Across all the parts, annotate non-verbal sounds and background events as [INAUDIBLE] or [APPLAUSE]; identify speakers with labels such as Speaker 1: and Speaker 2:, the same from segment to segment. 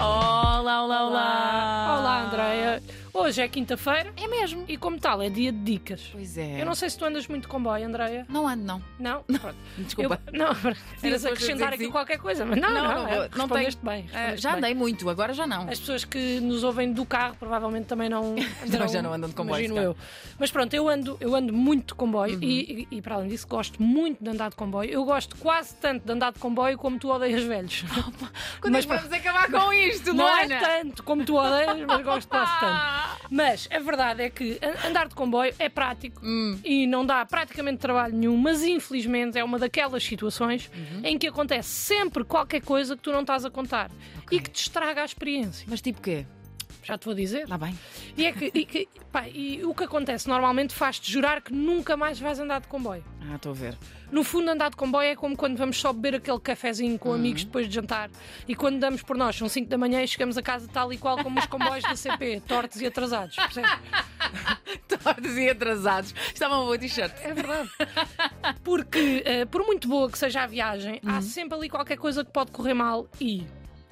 Speaker 1: Olá, olá, olá.
Speaker 2: Olá, Andréia. Hoje é quinta-feira
Speaker 1: É mesmo?
Speaker 2: e, como tal, é dia de dicas.
Speaker 1: Pois é.
Speaker 2: Eu não sei se tu andas muito com comboio, Andréia.
Speaker 1: Não ando, não.
Speaker 2: Não? Pronto.
Speaker 1: [LAUGHS] Desculpa.
Speaker 2: Eu, não, eras
Speaker 1: só dizer
Speaker 2: acrescentar
Speaker 1: que
Speaker 2: aqui
Speaker 1: sim.
Speaker 2: qualquer coisa, mas não,
Speaker 1: Não,
Speaker 2: não,
Speaker 1: não,
Speaker 2: é,
Speaker 1: não
Speaker 2: respondeste
Speaker 1: tenho.
Speaker 2: bem.
Speaker 1: Ah,
Speaker 2: respondeste
Speaker 1: já
Speaker 2: bem.
Speaker 1: andei muito, agora já não.
Speaker 2: As pessoas que nos ouvem do carro provavelmente também
Speaker 1: [LAUGHS]
Speaker 2: não andarão,
Speaker 1: já não andam de comboio, se
Speaker 2: Imagino
Speaker 1: Uhum.
Speaker 2: eu. Mas pronto, eu ando, eu ando muito de comboio e, e, e, para além disso gosto muito de andar de comboio. Eu gosto quase tanto de andar de comboio como tu odeias velhos.
Speaker 1: Quando
Speaker 2: Mas
Speaker 1: é que vamos acabar com isto,
Speaker 2: Não é
Speaker 1: Luana? Ah!
Speaker 2: tanto como tu odeias, mas gosto quase tanto. Mas a verdade é que an- andar de comboio é prático e não dá praticamente trabalho nenhum, mas infelizmente é uma daquelas situações em que acontece sempre qualquer coisa que tu não estás a contar e que te estraga a experiência.
Speaker 1: Mas tipo quê?
Speaker 2: Já te vou dizer.
Speaker 1: Está bem.
Speaker 2: E, é que, e, que- pá, e o que acontece normalmente faz-te jurar que nunca mais vais andar de comboio.
Speaker 1: Ah, estou a
Speaker 2: [LAUGHS]
Speaker 1: ver.
Speaker 2: No fundo, andar de comboio é como quando vamos só beber aquele cafezinho com amigos depois de jantar. E quando damos por nós, são 5 da manhã e chegamos a casa tal e qual como os comboios da CP, tortos e atrasados. percebes?
Speaker 1: Tortos e atrasados. Está uma boa t-shirt.
Speaker 2: É verdade. [LAUGHS] Porque, eh, por muito boa que seja a viagem,
Speaker 1: Uhum.
Speaker 2: há sempre ali qualquer coisa que pode correr mal e.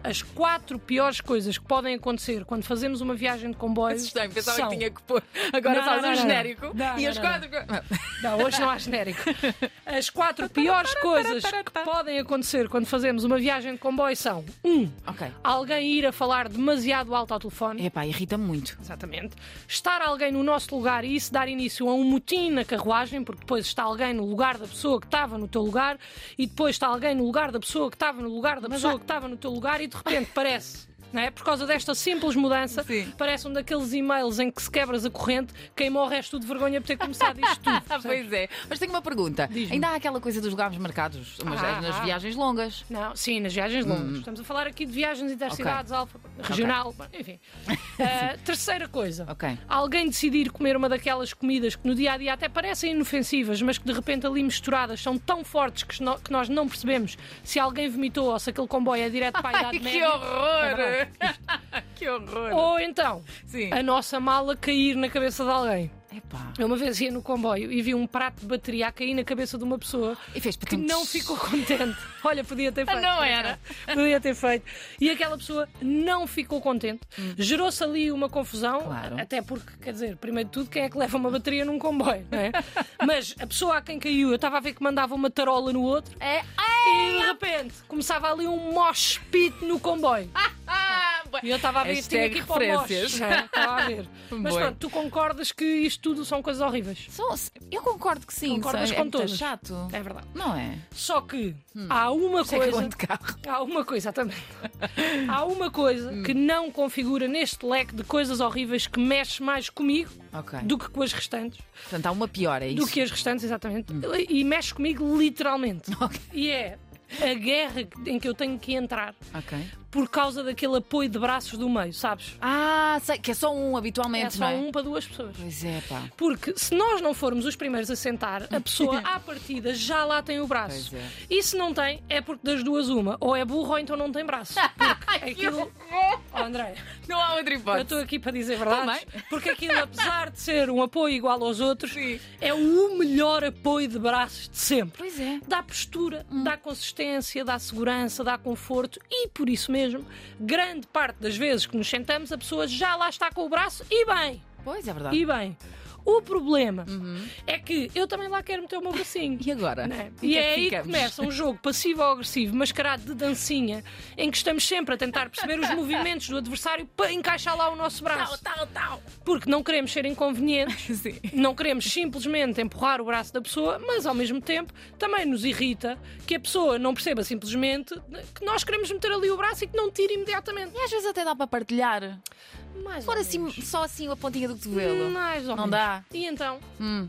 Speaker 2: As quatro piores coisas que podem acontecer quando fazemos uma viagem de comboio.
Speaker 1: Assustei-me, pensava
Speaker 2: são...
Speaker 1: que tinha que pôr. Agora
Speaker 2: Não,
Speaker 1: faz um
Speaker 2: não, não, não.
Speaker 1: genérico
Speaker 2: Não,
Speaker 1: e
Speaker 2: não,
Speaker 1: as
Speaker 2: não,
Speaker 1: quatro. co-
Speaker 2: Não, hoje não há genérico.
Speaker 1: [LAUGHS]
Speaker 2: As quatro piores coisas que podem acontecer quando fazemos uma viagem de comboio são: um,
Speaker 1: Ok.
Speaker 2: alguém ir a falar demasiado alto ao telefone.
Speaker 1: Epá, irrita-me muito.
Speaker 2: Exatamente. Estar alguém no nosso lugar e isso dar início a um motim na carruagem, porque depois está alguém no lugar da pessoa que estava no teu lugar e depois está alguém no lugar da pessoa que estava no lugar da pessoa que estava no teu lugar e de repente parece. Não é? Por causa desta simples mudança,
Speaker 1: Sim.
Speaker 2: parece um daqueles e-mails em que se quebras a corrente, quem morre és tu de vergonha por ter começado
Speaker 1: [LAUGHS]
Speaker 2: isto tudo.
Speaker 1: Ah, pois é. Mas tenho uma pergunta. Ainda há aquela coisa dos lugares marcados, mas
Speaker 2: Ah,
Speaker 1: é nas
Speaker 2: ah.
Speaker 1: viagens longas.
Speaker 2: Não, sim, nas viagens
Speaker 1: Hum.
Speaker 2: longas. Estamos a falar aqui de viagens intercidades, alfa, regional, bom, enfim. Ah, terceira coisa.
Speaker 1: [LAUGHS] Ok.
Speaker 2: Alguém decidir comer uma daquelas comidas que no dia a dia até parecem inofensivas, mas que de repente ali misturadas são tão fortes que, no- que nós não percebemos se alguém vomitou ou se aquele comboio é direto para
Speaker 1: Ai,
Speaker 2: a idade
Speaker 1: que
Speaker 2: média.
Speaker 1: horror!
Speaker 2: É
Speaker 1: [LAUGHS] que horror!
Speaker 2: Ou então,
Speaker 1: Sim.
Speaker 2: a nossa mala cair na cabeça de alguém.
Speaker 1: Ah, Epá.
Speaker 2: Eu uma vez ia no comboio e vi um prato de bateria a cair na cabeça de uma pessoa
Speaker 1: E fez
Speaker 2: que
Speaker 1: patum.
Speaker 2: não ficou contente. Olha, podia ter feito.
Speaker 1: Ah, Não é,
Speaker 2: por
Speaker 1: era.
Speaker 2: acaso. [LAUGHS] Podia ter feito. E aquela pessoa não ficou contente. Gerou-se ali uma confusão.
Speaker 1: Hum. Claro.
Speaker 2: Até porque, quer dizer, primeiro de tudo, quem é que leva uma bateria num comboio, não é?
Speaker 1: [LAUGHS]
Speaker 2: Mas a pessoa a quem caiu, eu estava a ver que mandava uma tarola no outro.
Speaker 1: É.
Speaker 2: E de repente começava ali um mosh pit no comboio.
Speaker 1: Ah,
Speaker 2: E eu estava a ver isto tinha
Speaker 1: Hashtag
Speaker 2: aqui para o mosh.
Speaker 1: referências.
Speaker 2: não é? Estava a
Speaker 1: [LAUGHS]
Speaker 2: ver. Mas
Speaker 1: Bom.
Speaker 2: pronto, tu concordas que isto tudo são coisas horríveis?
Speaker 1: São- Eu concordo que sim.
Speaker 2: Concordas
Speaker 1: só- é
Speaker 2: com
Speaker 1: muito
Speaker 2: todos.
Speaker 1: chato.
Speaker 2: É verdade.
Speaker 1: Não é?
Speaker 2: Só que
Speaker 1: Hum.
Speaker 2: há uma
Speaker 1: Chega
Speaker 2: coisa.
Speaker 1: é de carro.
Speaker 2: Há uma coisa, exatamente. Há uma coisa
Speaker 1: Hum.
Speaker 2: que não configura neste leque de coisas horríveis que mexe mais comigo
Speaker 1: Ok.
Speaker 2: do que com as restantes.
Speaker 1: Portanto, há uma pior, é isso? Hum.
Speaker 2: Do que as restantes, exatamente. E mexe comigo literalmente.
Speaker 1: Ok.
Speaker 2: E é a guerra em que eu tenho que entrar
Speaker 1: Ok.
Speaker 2: por causa daquele apoio de braços do meio, sabes?
Speaker 1: Ah, sei que é só um
Speaker 2: É
Speaker 1: habitualmente,
Speaker 2: só
Speaker 1: não é?
Speaker 2: um para duas pessoas.
Speaker 1: Pois é, pá.
Speaker 2: Porque se nós não formos os primeiros a sentar, a
Speaker 1: [LAUGHS]
Speaker 2: pessoa à partida já lá tem o braço.
Speaker 1: Pois é.
Speaker 2: E se não tem, é porque das duas uma, ou é burro ou então não
Speaker 1: [LAUGHS]
Speaker 2: tem braço. Porque aquilo. Oh, André,
Speaker 1: Não há outra
Speaker 2: eu
Speaker 1: hipótese.
Speaker 2: estou aqui para dizer verdades.
Speaker 1: Também.
Speaker 2: Porque aquilo, apesar de ser um apoio igual aos outros,
Speaker 1: Sim.
Speaker 2: é o melhor apoio de braços de sempre.
Speaker 1: Pois é.
Speaker 2: Dá postura, dá consistência, dá segurança, dá conforto e por isso mesmo, grande parte das vezes que nos sentamos, a pessoa já lá está com o braço e bem.
Speaker 1: Pois é verdade.
Speaker 2: E bem, o problema é que eu também lá quero meter o meu bracinho.
Speaker 1: Uhum. [LAUGHS] E agora?
Speaker 2: Né?
Speaker 1: Em
Speaker 2: E
Speaker 1: que é que
Speaker 2: é aí que
Speaker 1: ficamos?
Speaker 2: começa um jogo passivo-agressivo, mascarado de dancinha, em que estamos sempre a tentar perceber os movimentos do adversário para encaixar lá o nosso braço.
Speaker 1: tal, tal.
Speaker 2: Porque não queremos ser
Speaker 1: [LAUGHS]
Speaker 2: inconvenientes,
Speaker 1: Sim.
Speaker 2: não queremos simplesmente empurrar o braço da pessoa, mas ao mesmo tempo também nos irrita que a pessoa não perceba simplesmente que nós queremos meter ali o braço e que não tire imediatamente.
Speaker 1: E às vezes até dá para partilhar.
Speaker 2: Mais ou
Speaker 1: Fora assim,
Speaker 2: menos.
Speaker 1: só assim a pontinha do cotovelo.
Speaker 2: Mais ou
Speaker 1: Não
Speaker 2: menos.
Speaker 1: dá. Hum.
Speaker 2: E então,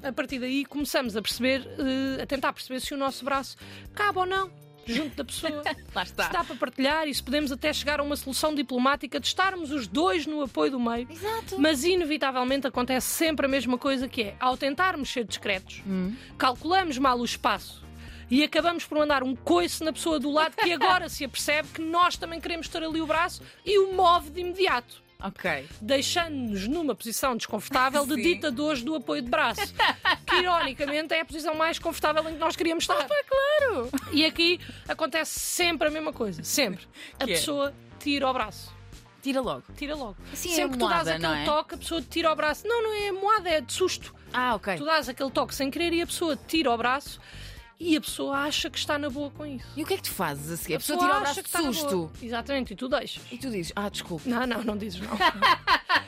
Speaker 2: a partir daí, começamos a perceber, eh, a tentar perceber se o nosso braço cabe ou não. Junto
Speaker 1: [LAUGHS]
Speaker 2: da pessoa,
Speaker 1: Lá
Speaker 2: se dá para partilhar e se podemos até chegar a uma solução diplomática de estarmos os dois no apoio do meio.
Speaker 1: Exato.
Speaker 2: Mas inevitavelmente acontece sempre a mesma coisa que é, ao tentarmos ser discretos,
Speaker 1: Hum.
Speaker 2: calculamos mal o espaço e acabamos por mandar um coice na pessoa do lado que agora se apercebe que nós também queremos ter ali o braço e o move de imediato.
Speaker 1: Ok.
Speaker 2: deixando-nos numa posição desconfortável de
Speaker 1: [LAUGHS] Sim.
Speaker 2: ditadores do apoio de braço, que ironicamente é a posição mais confortável em que nós queríamos
Speaker 1: Tá.
Speaker 2: estar.
Speaker 1: claro!
Speaker 2: E aqui acontece sempre a mesma
Speaker 1: [LAUGHS]
Speaker 2: coisa, sempre.
Speaker 1: Que
Speaker 2: A
Speaker 1: é?
Speaker 2: pessoa tira o braço.
Speaker 1: Tira logo.
Speaker 2: Tira logo.
Speaker 1: Sim, é
Speaker 2: Sempre que tu dás
Speaker 1: moada, não
Speaker 2: aquele
Speaker 1: é?
Speaker 2: toque, a pessoa te tira o braço. Não, não é moada, é de susto.
Speaker 1: Ah, ok.
Speaker 2: Tu dás aquele toque sem querer e a pessoa te tira o braço e a pessoa acha que está na boa com isso.
Speaker 1: E o que é que tu fazes a seguir? A pessoa tá tira o braço de
Speaker 2: na
Speaker 1: susto.
Speaker 2: boa. Exatamente, e tu deixas.
Speaker 1: E tu dizes, ah, desculpa.
Speaker 2: Não, não, não
Speaker 1: [LAUGHS]
Speaker 2: dizes não.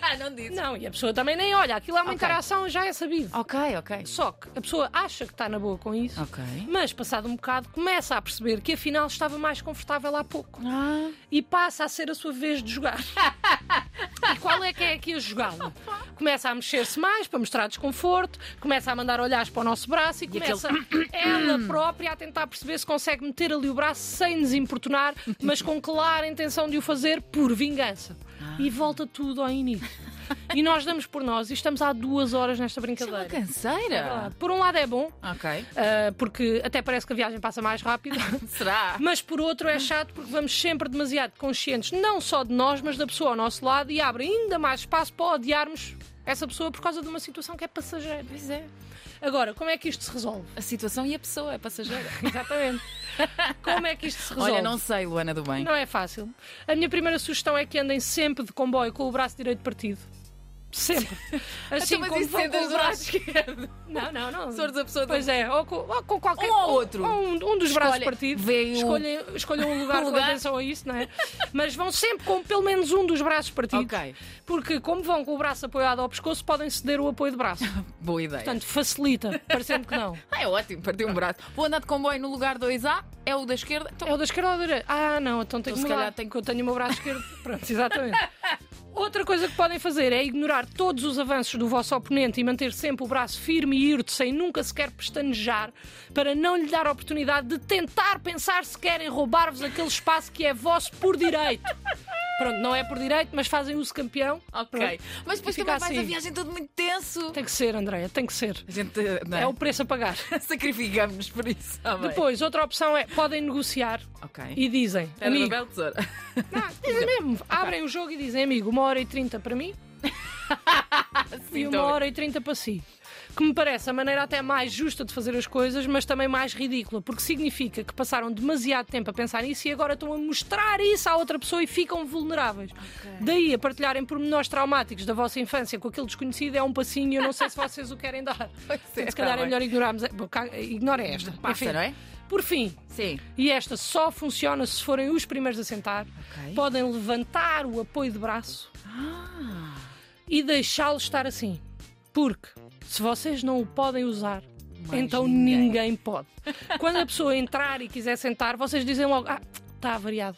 Speaker 1: Ah, não disse.
Speaker 2: não, e a pessoa também nem olha. Aquilo é uma
Speaker 1: Ok.
Speaker 2: interação, já é sabido.
Speaker 1: Ok, ok.
Speaker 2: Só que a pessoa acha que está na boa com isso,
Speaker 1: Ok.
Speaker 2: mas passado um bocado começa a perceber que afinal estava mais confortável há pouco
Speaker 1: Ah,
Speaker 2: e passa a ser a sua vez de jogar. [LAUGHS] e qual é que é aqui a jogá-la? Começa a mexer-se mais para mostrar desconforto, começa a mandar olhares para o nosso braço e, começa
Speaker 1: [COUGHS]
Speaker 2: ela própria a tentar perceber se consegue meter ali o braço sem nos importunar, mas com clara intenção de o fazer por vingança.
Speaker 1: Ah.
Speaker 2: E volta tudo ao início. E nós damos por nós e estamos há duas horas nesta
Speaker 1: isso é uma
Speaker 2: brincadeira.
Speaker 1: canseira.
Speaker 2: Por um lado é bom,
Speaker 1: Ok.
Speaker 2: ah, porque até parece que a viagem passa
Speaker 1: [LAUGHS]
Speaker 2: mais rápido.
Speaker 1: Será?
Speaker 2: Mas por outro é chato porque vamos sempre demasiado conscientes, não só de nós, mas da pessoa ao nosso lado e abre ainda mais espaço para odiarmos essa pessoa por causa de uma situação que é passageira.
Speaker 1: Pois é.
Speaker 2: Agora, como é que isto
Speaker 1: [LAUGHS]
Speaker 2: se resolve?
Speaker 1: A situação e a pessoa é passageira.
Speaker 2: Exatamente. Como é que isto se resolve?
Speaker 1: Olha, não sei, Luana do Bem.
Speaker 2: Não é fácil. A minha primeira sugestão é que andem sempre de comboio com o braço direito partido. Sempre.
Speaker 1: [LAUGHS]
Speaker 2: Assim
Speaker 1: Então, mas
Speaker 2: como
Speaker 1: isso
Speaker 2: vão com
Speaker 1: sentas
Speaker 2: o
Speaker 1: do lado
Speaker 2: braço...
Speaker 1: esquerdo.
Speaker 2: Não, não, não.
Speaker 1: Sores a pessoa do-
Speaker 2: Pois é, ou com, ou com qualquer.
Speaker 1: Um ou outro.
Speaker 2: ou um, um dos braços
Speaker 1: Escolhe-
Speaker 2: partidos.
Speaker 1: vê o-
Speaker 2: Escolhem,
Speaker 1: [LAUGHS]
Speaker 2: escolhem um lugar
Speaker 1: Um
Speaker 2: com
Speaker 1: lugar.
Speaker 2: atenção a isso, não é? Mas vão sempre com pelo menos um dos braços partidos.
Speaker 1: Ok.
Speaker 2: Porque, como vão com o braço apoiado ao pescoço, podem ceder o apoio de braço.
Speaker 1: Boa ideia.
Speaker 2: Portanto, facilita, parecendo que não.
Speaker 1: Ah, é ótimo, partiu um braço. Vou andar de comboio no lugar 2A, é o da esquerda. Então,
Speaker 2: É o da esquerda ou da direita? Ah, não, então tenho
Speaker 1: Então, se
Speaker 2: que mudar,
Speaker 1: calhar tenho-
Speaker 2: que eu tenho o meu braço esquerdo. [LAUGHS] Pronto, exatamente. Outra coisa que podem fazer é ignorar todos os avanços do vosso oponente e manter sempre o braço firme e irto, sem nunca sequer pestanejar, para não lhe dar a oportunidade de tentar pensar se querem roubar-vos aquele espaço que é vosso por direito. Pronto, não é por direito, mas fazem uso campeão.
Speaker 1: ok.
Speaker 2: Pronto.
Speaker 1: Mas depois
Speaker 2: E
Speaker 1: também
Speaker 2: fica
Speaker 1: faz a
Speaker 2: assim.
Speaker 1: viagem tudo muito tenso.
Speaker 2: Tem que ser, Andréia, tem que ser.
Speaker 1: A gente eh, não é?
Speaker 2: É o preço a pagar.
Speaker 1: sacrificamos por isso. Ah, bem.
Speaker 2: Depois, outra opção é podem negociar
Speaker 1: Ok.
Speaker 2: e dizem.
Speaker 1: Pedra,
Speaker 2: "Amigo,
Speaker 1: papel,
Speaker 2: [LAUGHS]
Speaker 1: tesoura. [LAUGHS]
Speaker 2: Ah, dizem mesmo. Abrem o jogo e dizem, amigo, uma hora e trinta para mim e uma
Speaker 1: então-
Speaker 2: hora e trinta para si. Que me parece a maneira até mais justa de fazer as coisas, mas também mais ridícula, porque significa que passaram demasiado tempo a pensar nisso e agora estão a mostrar isso à outra pessoa e ficam vulneráveis. Daí a partilharem pormenores traumáticos da vossa infância com aquele desconhecido é um passinho e eu não sei se vocês o querem dar.
Speaker 1: [LAUGHS] Pois
Speaker 2: Portanto,
Speaker 1: é,
Speaker 2: se calhar
Speaker 1: tá
Speaker 2: é
Speaker 1: bem.
Speaker 2: melhor ignorarmos. Bom, cá- Ignorem esta.
Speaker 1: Passa,
Speaker 2: Enfim,
Speaker 1: não é?
Speaker 2: Por fim,
Speaker 1: Sim.
Speaker 2: e esta só funciona se forem os primeiros a sentar.
Speaker 1: Ok.
Speaker 2: Podem levantar o apoio de braço e deixá-lo estar assim. Porque se vocês não o podem usar,
Speaker 1: Mais
Speaker 2: então
Speaker 1: ninguém.
Speaker 2: ninguém. pode. Quando a pessoa entrar e quiser sentar, vocês dizem logo: Ah, está avariado.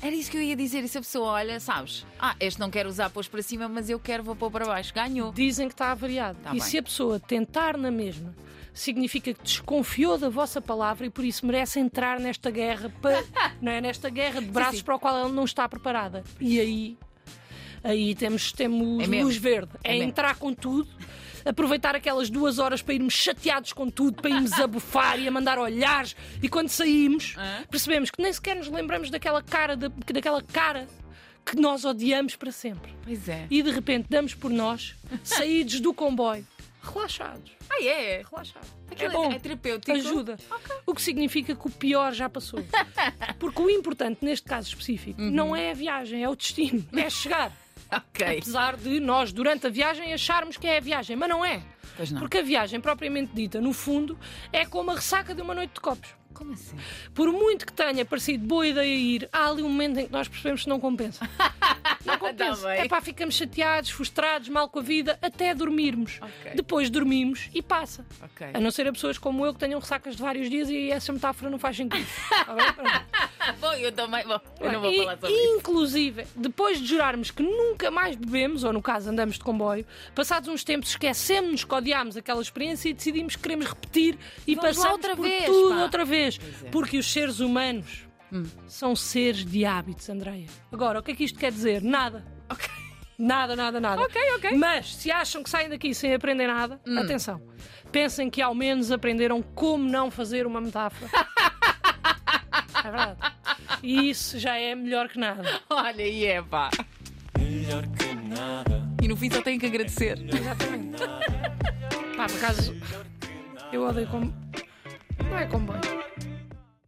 Speaker 1: Era isso que eu ia dizer. E se a pessoa olha, sabes? Ah, este não quero usar, pôs para cima, mas eu quero, vou pôr para baixo. Ganhou.
Speaker 2: Dizem que está avariado.
Speaker 1: Tá
Speaker 2: e
Speaker 1: bem.
Speaker 2: se a pessoa tentar na mesma, significa que desconfiou da vossa palavra e por isso merece entrar nesta guerra,
Speaker 1: [LAUGHS]
Speaker 2: pa- não é? Nesta guerra de braços
Speaker 1: sim.
Speaker 2: para o qual ela não está preparada. E aí, aí temos, temos
Speaker 1: É mesmo.
Speaker 2: luz verde. É,
Speaker 1: É mesmo.
Speaker 2: entrar com tudo. Aproveitar aquelas duas horas para irmos chateados com tudo,
Speaker 1: [LAUGHS]
Speaker 2: para irmos a bufar e a mandar olhares, e quando saímos,
Speaker 1: Hã?
Speaker 2: percebemos que nem sequer nos lembramos daquela cara, da- daquela cara que nós odiamos para sempre
Speaker 1: Pois é.
Speaker 2: e de repente damos
Speaker 1: [LAUGHS]
Speaker 2: por nós, saídos do comboio, relaxados,
Speaker 1: Ah, é?
Speaker 2: relaxados.
Speaker 1: Aquilo
Speaker 2: é bom,
Speaker 1: é terapêutico.
Speaker 2: ajuda. O que significa que o pior já
Speaker 1: [LAUGHS]
Speaker 2: passou. Porque o importante neste caso específico
Speaker 1: Uhum.
Speaker 2: não é a viagem, é
Speaker 1: [LAUGHS]
Speaker 2: o destino, é chegar.
Speaker 1: Ok.
Speaker 2: Apesar de nós, durante a viagem, acharmos que é a viagem, mas não é.
Speaker 1: Pois não.
Speaker 2: Porque a viagem, propriamente dita, no fundo, é como a ressaca de uma noite de copos.
Speaker 1: [LAUGHS] Como assim?
Speaker 2: Por muito que tenha parecido boa ideia ir, há ali um momento em que nós percebemos que
Speaker 1: [LAUGHS]
Speaker 2: não compensa. Não compensa.
Speaker 1: Tá bem.
Speaker 2: é pá, ficamos chateados, frustrados, mal com a vida, até dormirmos.
Speaker 1: Ok.
Speaker 2: Depois dormimos e passa.
Speaker 1: Ok.
Speaker 2: A não ser a pessoas como eu que tenham ressacas de vários dias e essa metáfora não
Speaker 1: [LAUGHS]
Speaker 2: faz sentido. Tá bem? Pronto.
Speaker 1: Ah, bom, eu também. Bom, eu não vou
Speaker 2: E,
Speaker 1: falar sobre isso.
Speaker 2: Inclusive, depois de jurarmos que nunca mais bebemos, ou no caso andamos de comboio, passados uns tempos esquecemos que odiámos aquela experiência e decidimos que queremos repetir e
Speaker 1: Vamos lá
Speaker 2: passamos
Speaker 1: outra
Speaker 2: por
Speaker 1: vez,
Speaker 2: tudo
Speaker 1: pá.
Speaker 2: outra vez.
Speaker 1: é. Hum.
Speaker 2: Porque os seres humanos são seres de hábitos, Andreia. Agora, o que é que isto quer dizer? Nada.
Speaker 1: Ok.
Speaker 2: Nada, nada, nada.
Speaker 1: Ok, ok. Hum.
Speaker 2: Mas se acham que saem daqui sem aprender nada, atenção. Pensem que ao menos aprenderam como não fazer
Speaker 1: [LAUGHS]
Speaker 2: uma metáfora. é [LAUGHS] verdade. E isso já é melhor que nada.
Speaker 1: Olha, e é pá.
Speaker 3: Melhor que
Speaker 1: E no fim só têm que agradecer.
Speaker 2: Exatamente. Pá, por acaso, eu odeio como. Não é como bem.